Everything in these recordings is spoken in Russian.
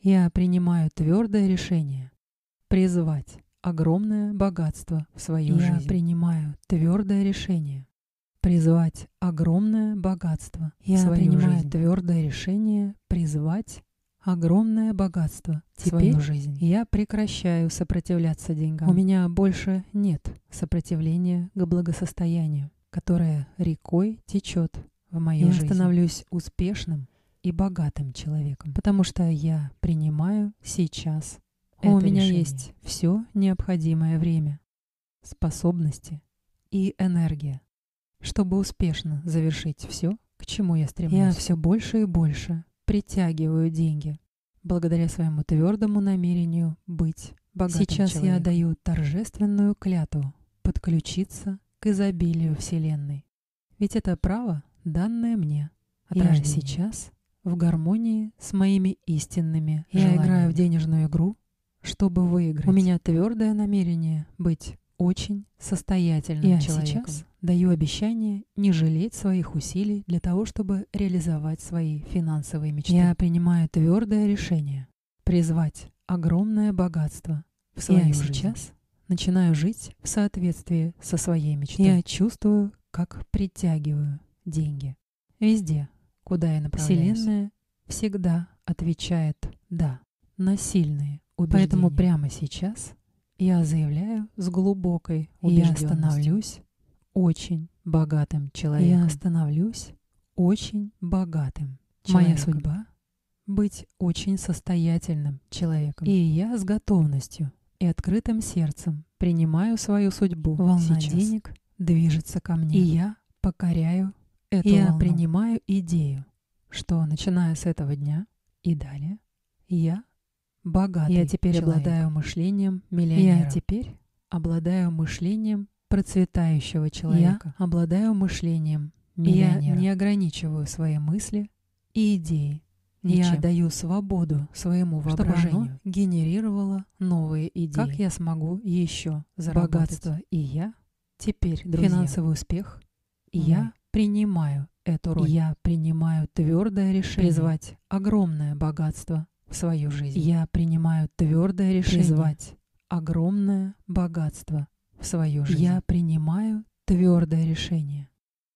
Я принимаю твердое решение призвать огромное богатство в свою Я жизнь. принимаю твердое решение призвать огромное богатство в Я свою принимаю жизнь. твердое решение призвать огромное богатство в свою Теперь жизнь. Я прекращаю сопротивляться деньгам. У меня больше нет сопротивления к благосостоянию, которое рекой течет в мою Я жизнь. становлюсь успешным и богатым человеком, потому что я принимаю сейчас. У это меня решение. есть все необходимое время, способности и энергия, чтобы успешно завершить все, к чему я стремлюсь. Я все больше и больше притягиваю деньги благодаря своему твердому намерению быть богатым. Сейчас я человеком. даю торжественную клятву подключиться к изобилию Вселенной. Ведь это право, данное мне. От я рождения. сейчас в гармонии с моими истинными Я желаниями. играю в денежную игру, чтобы выиграть. У меня твердое намерение быть очень состоятельным Я человеком. сейчас даю обещание не жалеть своих усилий для того, чтобы реализовать свои финансовые мечты. Я принимаю твердое решение призвать огромное богатство в свою Я жизнь. сейчас начинаю жить в соответствии со своей мечтой. Я чувствую, как притягиваю деньги. Везде, куда я направляюсь. Вселенная всегда отвечает «да» на сильные убеждения. Поэтому убеждения. прямо сейчас я заявляю с глубокой Я убежденностью. становлюсь очень богатым человеком. Я становлюсь очень богатым Моя человеком. судьба — быть очень состоятельным человеком. И я с готовностью и открытым сердцем принимаю свою судьбу. Волна Сейчас. денег движется ко мне. И я покоряю эту Я волну. принимаю идею, что, начиная с этого дня и далее, я богатый Я теперь человек. обладаю мышлением Я миллионера. теперь обладаю мышлением процветающего человека. Я обладаю мышлением Я миллионера. не ограничиваю свои мысли и идеи. Я Ничем. даю свободу своему Чтобы оно воображению, генерировало новые идеи. Как я смогу еще заработать? Богатство и я теперь друзья. финансовый успех. И Мой. я принимаю эту роль. Я принимаю твердое решение призвать огромное богатство в свою жизнь. Я принимаю твердое решение призвать огромное богатство в свою жизнь. Я принимаю твердое решение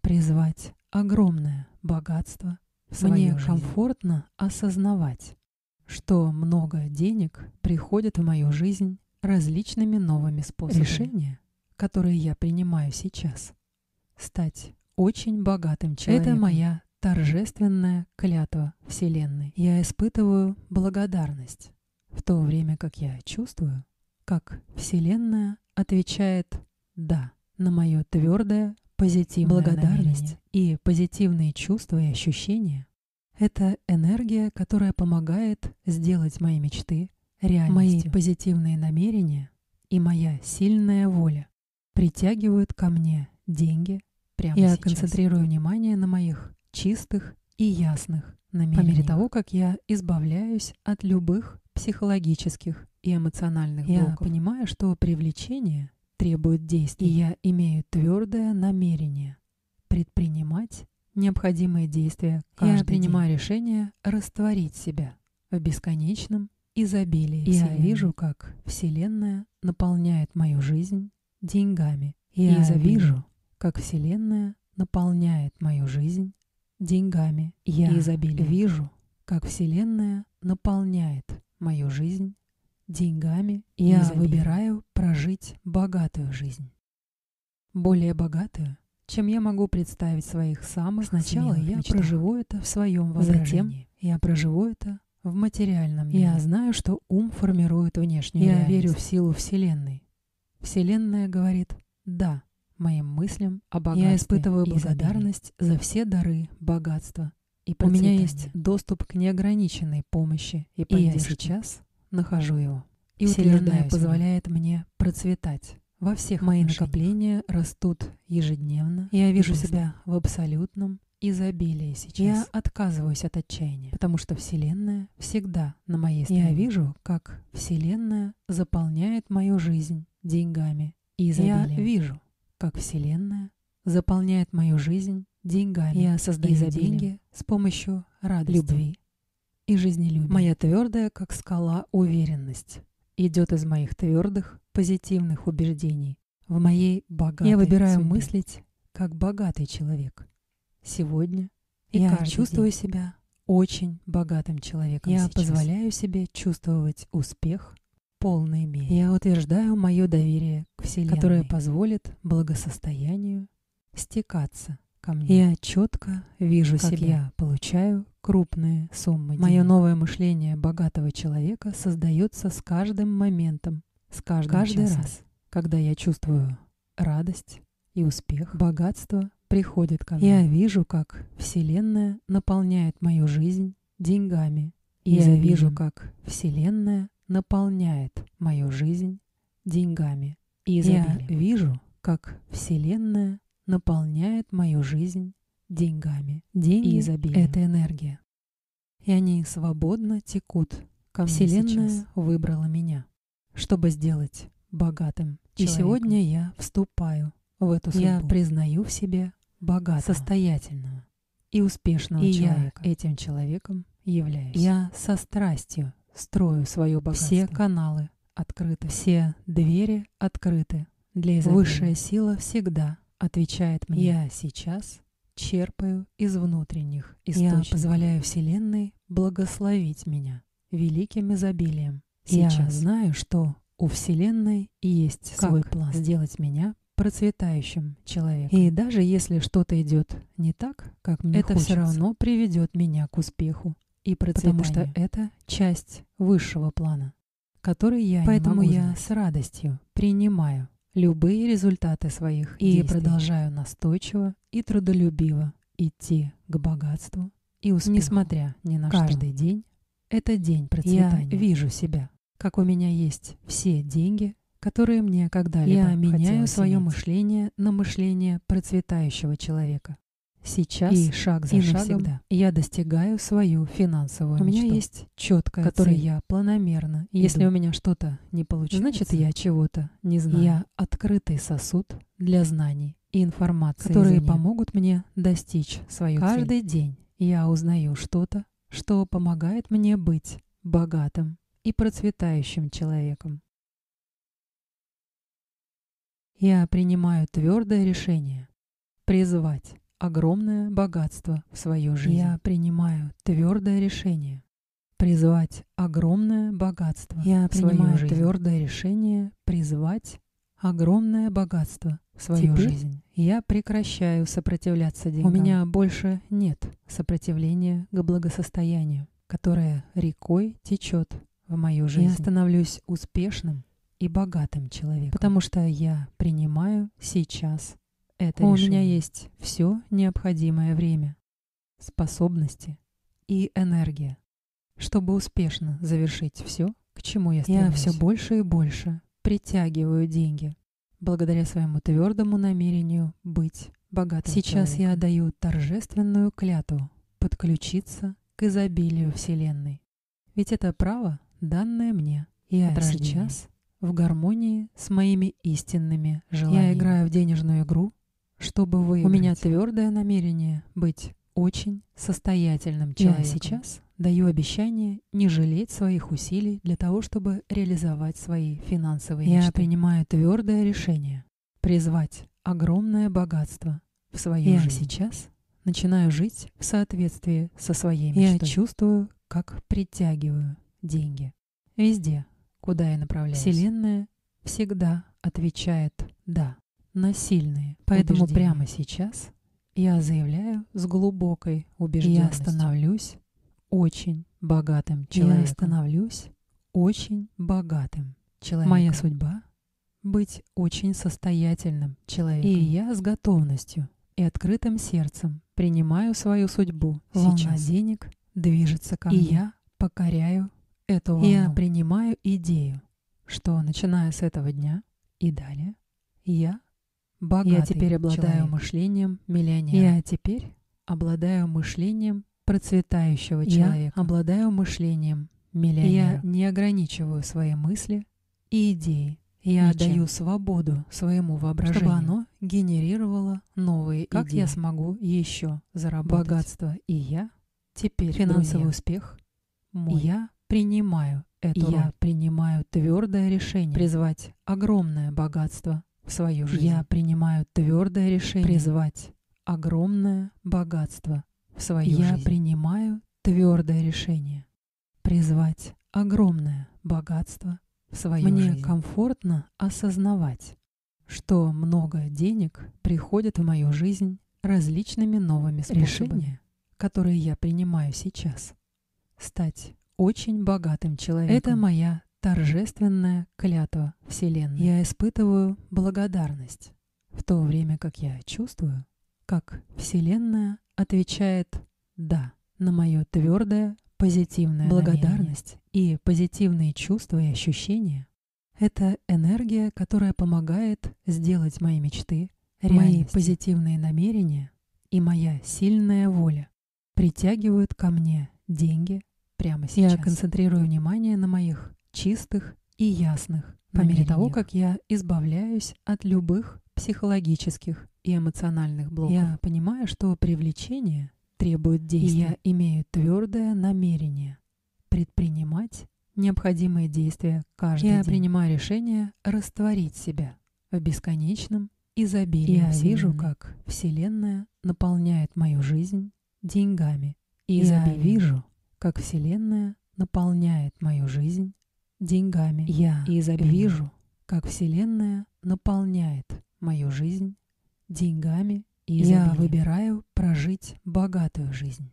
призвать огромное богатство в свою Мне жизнь. комфортно осознавать, что много денег приходит в мою жизнь различными новыми способами. Решение, которое я принимаю сейчас, стать очень богатым человеком. Это моя торжественная клятва Вселенной. Я испытываю благодарность, в то время как я чувствую, как Вселенная отвечает «да» на мое твердое позитивное Благодарность и позитивные чувства и ощущения — это энергия, которая помогает сделать мои мечты реальностью. Мои позитивные намерения и моя сильная воля притягивают ко мне деньги прямо Я сейчас. концентрирую внимание на моих чистых и ясных намерениях. По мере намерениях. того, как я избавляюсь от любых психологических и эмоциональных Я блоков. понимаю, что привлечение требует действий. И я имею твердое намерение предпринимать необходимые действия каждый Я день. принимаю решение растворить себя в бесконечном изобилии. Я Вселенной. вижу, как Вселенная наполняет мою жизнь деньгами. Я Я вижу, вижу, как Вселенная наполняет мою жизнь деньгами Я и изобилием. Вижу, как Вселенная наполняет мою жизнь деньгами. и Я изобилием. выбираю прожить богатую жизнь. Более богатую, чем я могу представить в своих самых Сначала смелых я мечтах. проживу это в своем Затем воображении. я проживу это в материальном мире. Я знаю, что ум формирует внешнюю Я реальность. верю в силу Вселенной. Вселенная говорит «да» моим мыслям о богатстве. Я испытываю и изобилии. благодарность за все дары богатства У и меня процветания. есть доступ к неограниченной помощи и я поддержке. сейчас нахожу его. И Вселенная Вселенная позволяет позволяет мне процветать во всех Мои отношениях. накопления растут ежедневно. Я вижу быстро. себя в абсолютном изобилии сейчас. Я отказываюсь от отчаяния, потому что Вселенная всегда на моей стороне. Я вижу, как Вселенная заполняет мою жизнь деньгами и изобилием. Я вижу, как Вселенная заполняет мою жизнь деньгами. Я создаю и за деньги деньги с помощью радости, любви, и жизнелюбие. Моя твердая, как скала, уверенность идет из моих твердых, позитивных убеждений в моей богатой Я выбираю судьбе. мыслить как богатый человек. Сегодня И я каждый чувствую день. себя очень богатым человеком Я сейчас. позволяю себе чувствовать успех в полной мере. Я утверждаю мое доверие к Вселенной, которое позволит благосостоянию стекаться ко мне. я четко вижу как себя. я получаю крупные суммы Моё новое мышление богатого человека создается с каждым моментом, с каждым Каждый часом. раз. Когда я чувствую радость и успех, богатство приходит ко Я мне. вижу, как Вселенная наполняет мою жизнь деньгами. и я вижу, изобилием. как Вселенная наполняет мою жизнь деньгами и изобилием. Я вижу, как Вселенная наполняет мою жизнь деньгами Деньги и изобилием. Это энергия. И они свободно текут ко мне Вселенная сейчас. выбрала меня, чтобы сделать богатым И человеком. сегодня я вступаю в эту судьбу. Я признаю в себе богатого, состоятельного и успешного и человека. я этим человеком являюсь. Я со страстью строю свое богатство. Все каналы открыты, все двери открыты для изобилия. Высшая сила всегда отвечает мне. Я сейчас черпаю из внутренних источников. источников. позволяю Вселенной благословить меня великим изобилием. Я Сейчас. знаю, что у Вселенной есть Как свой план сделать меня процветающим человеком. И даже если что-то идет не так, как мне это хочется. все равно приведет меня к успеху и процветанию. Потому процветанию. что это часть высшего плана, который я не Поэтому могу я знать. с радостью принимаю любые результаты своих и действий. продолжаю настойчиво и трудолюбиво идти к богатству и успеху. Несмотря ни на что. Каждый день — это день процветания. Я вижу себя, как у меня есть все деньги, которые мне когда-либо Я меняю хотелось свое иметь. мышление на мышление процветающего человека. Сейчас И шаг за и шагом навсегда. я достигаю свою финансовую У меня мечту, есть четкая которой цель. я планомерно. Если Иду. у меня что-то не получится, Значит, я чего-то не знаю. Я открытый сосуд для знаний и информации, Которые которые помогут мне достичь свою цель. Каждый день я узнаю что-то, что помогает мне быть богатым и процветающим человеком. Я принимаю твердое решение призвать огромное богатство в свою жизнь. Я принимаю твердое решение призвать огромное богатство Я в свою принимаю жизнь. твердое решение призвать огромное богатство в свою Теперь жизнь. Я прекращаю сопротивляться деньгам. У меня больше нет сопротивления к благосостоянию, которое рекой течет в мою жизнь. Я становлюсь успешным и богатым человеком, потому что я принимаю сейчас это У решение. меня есть все необходимое время, способности и энергия, чтобы успешно завершить все, к чему я Я стремлюсь. всё больше и больше притягиваю деньги, благодаря своему твердому намерению быть богатым. Сейчас я даю торжественную клятву подключиться к изобилию Вселенной. Ведь это право, данное мне. Я От рождения. сейчас в гармонии с моими истинными желаниями. Я играю в денежную игру, чтобы вы. У меня выиграть. твердое намерение быть очень состоятельным человеком. человеком. Я сейчас даю обещание не жалеть своих усилий для того, чтобы реализовать свои финансовые Я мечты. принимаю твердое решение призвать огромное богатство в свою Я жизнь. сейчас начинаю жить в соответствии со своей Я мечтой. чувствую, как притягиваю деньги. Везде, куда я направляюсь. Вселенная всегда отвечает «да» на сильные Поэтому убеждения. прямо сейчас я заявляю с глубокой убежденностью. Я становлюсь очень богатым человеком. человеком. становлюсь очень богатым человеком. Моя Моя судьба — быть очень состоятельным человеком. И я с готовностью и открытым сердцем принимаю свою судьбу Волна денег движется ко мне. И я покоряю эту волну. Я принимаю идею, что, начиная с этого дня и далее, я богатый Я теперь обладаю человек. мышлением миллионера. Я теперь обладаю мышлением процветающего человека. человека. обладаю мышлением миллионера. Я не ограничиваю свои мысли и идеи. Я Ничем. даю свободу своему воображению, Чтобы оно генерировало новые Как я идеи. смогу еще заработать? Богатство и я теперь Финансовый финансовый успех мой. Я принимаю эту Я Я принимаю твердое решение призвать огромное богатство в свою жизнь. Я принимаю твердое решение призвать огромное богатство в свою Я жизнь. принимаю твердое решение призвать огромное богатство в свою Мне жизнь. комфортно осознавать, что много денег приходит в мою жизнь различными новыми способами. Решения, которые я принимаю сейчас. Стать очень богатым человеком. Это моя торжественная клятва Вселенной. Я испытываю благодарность, в то время как я чувствую, как Вселенная отвечает «да» на мое твердое позитивное Благодарность и позитивные чувства и ощущения — это энергия, которая помогает сделать мои мечты, мои Реальностью. позитивные намерения и моя сильная воля притягивают ко мне деньги прямо сейчас. Я концентрирую внимание на моих чистых и ясных по мере того, намерениях. как я избавляюсь от любых психологических и эмоциональных блоков. Я понимаю, что привлечение требует действий. я имею твердое намерение предпринимать необходимые действия каждый Я день. принимаю решение растворить себя в бесконечном изобилии. Я вижу, Вселенной. как Вселенная наполняет мою жизнь деньгами и Я изобилием. вижу, как Вселенная наполняет мою жизнь деньгами Я и изобилием. вижу, как Вселенная наполняет мою жизнь деньгами и Я Я выбираю прожить богатую жизнь.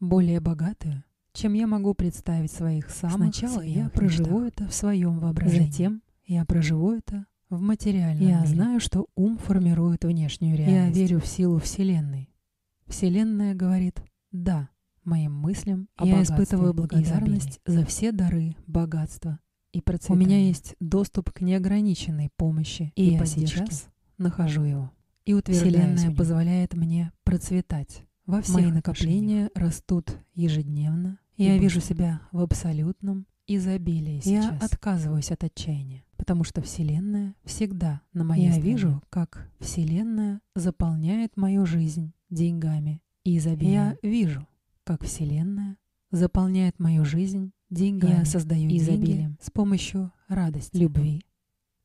Более богатую, чем я могу представить в своих самых Сначала я смелых проживу мечтах. это в своем воображении. Затем я проживу это в материальном Я мире. знаю, что ум формирует внешнюю реальность. Я верю в силу Вселенной. Вселенная говорит «да» моим мыслям о Я богатстве испытываю и благодарность изобилии. за все дары, богатства и процветание. У меня есть доступ к неограниченной помощи И и, я поддержке. сейчас нахожу его. И утверждаюсь в Вселенная нем. позволяет мне процветать. Во всех Мои отношениях. накопления растут ежедневно. и Я быстро. вижу себя в абсолютном изобилии Я Я отказываюсь от отчаяния, потому что Вселенная всегда на моей Я стороне. вижу, как Вселенная заполняет мою жизнь деньгами и изобилием. Я вижу, как Вселенная заполняет мою жизнь деньгами Я создаю и деньги изобилием с помощью радости, любви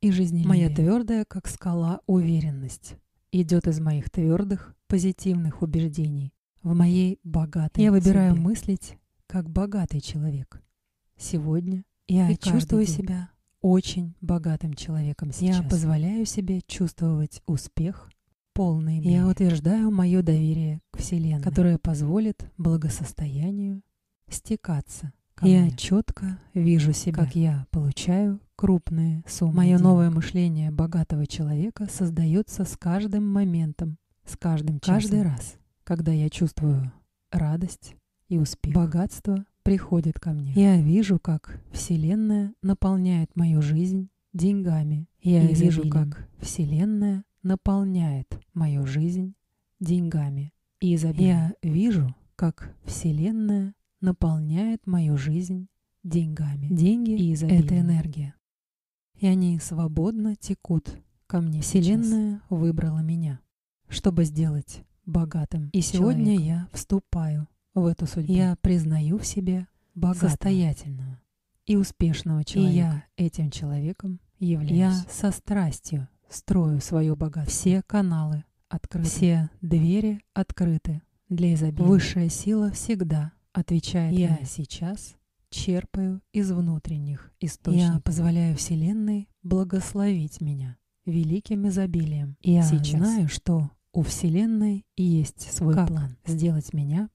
и жизнелюбия. Моя твердая, как скала, уверенность идет из моих твердых, позитивных убеждений в моей богатой Я выбираю мыслить как богатый человек. Сегодня Я и чувствую чувствую себя себя очень богатым человеком сейчас. Я позволяю себе чувствовать успех в полной мере. Я утверждаю мое доверие к Вселенной, которое которое позволит благосостоянию стекаться. ко я мне. четко вижу себя, как я получаю крупные суммы. Мое денег. новое мышление богатого человека создается с каждым моментом, с каждым часом. Каждый раз, когда я чувствую радость и успех, богатство приходит ко мне. Я вижу, как Вселенная наполняет мою жизнь деньгами. Я и вижу, изобилием. как Вселенная наполняет мою жизнь деньгами и изобилием. Я вижу, как Вселенная наполняет мою жизнь деньгами. Деньги и изобилием. это энергия. И они свободно текут ко мне. Вселенная выбрала меня, чтобы сделать богатым. И сегодня человеком. я вступаю в эту судьбу. Я признаю в себе богатого, состоятельного и успешного человека. человека. этим человеком являюсь. Я со страстью строю свое богатство. Все каналы открыты. Все двери открыты для изобилия. Высшая сила всегда отвечает Я сейчас черпаю из внутренних источников. Я позволяю Вселенной благословить меня великим изобилием. Я Сейчас. знаю, что у Вселенной есть свой Как план сделать меня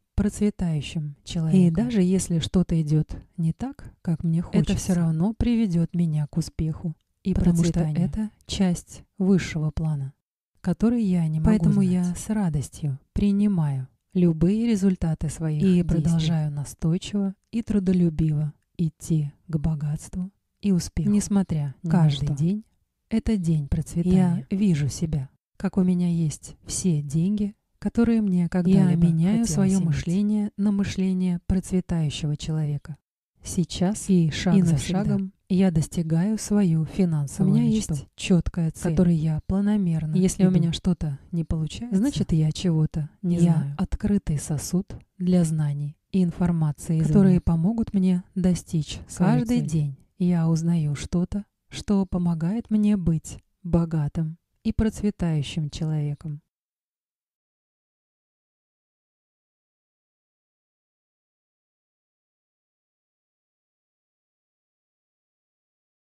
процветающим человеком. И даже если что-то идет не так, как мне хочется, хочется. всё равно приведет меня к успеху и потому что процветанию. это часть высшего плана, который я не могу Поэтому знать. я с радостью принимаю любые результаты своих и действий. продолжаю настойчиво и трудолюбиво идти к богатству и успеху. Несмотря ни на каждый что. день это день процветания. Я вижу себя, как у меня есть все деньги, которые мне когда-либо Я меняю хотелось свое иметь. мышление на мышление процветающего человека. Сейчас и шаг И за навсегда. шагом я достигаю свою финансовую У меня мечту, есть четкая цель, которой я планомерно. Если у иду. меня что-то не получается, значит я чего-то не не я знаю. открытый сосуд для знаний и информации, извне. которые помогут мне достичь. Своей Каждый цели. день я узнаю что-то, что помогает мне быть богатым и процветающим человеком.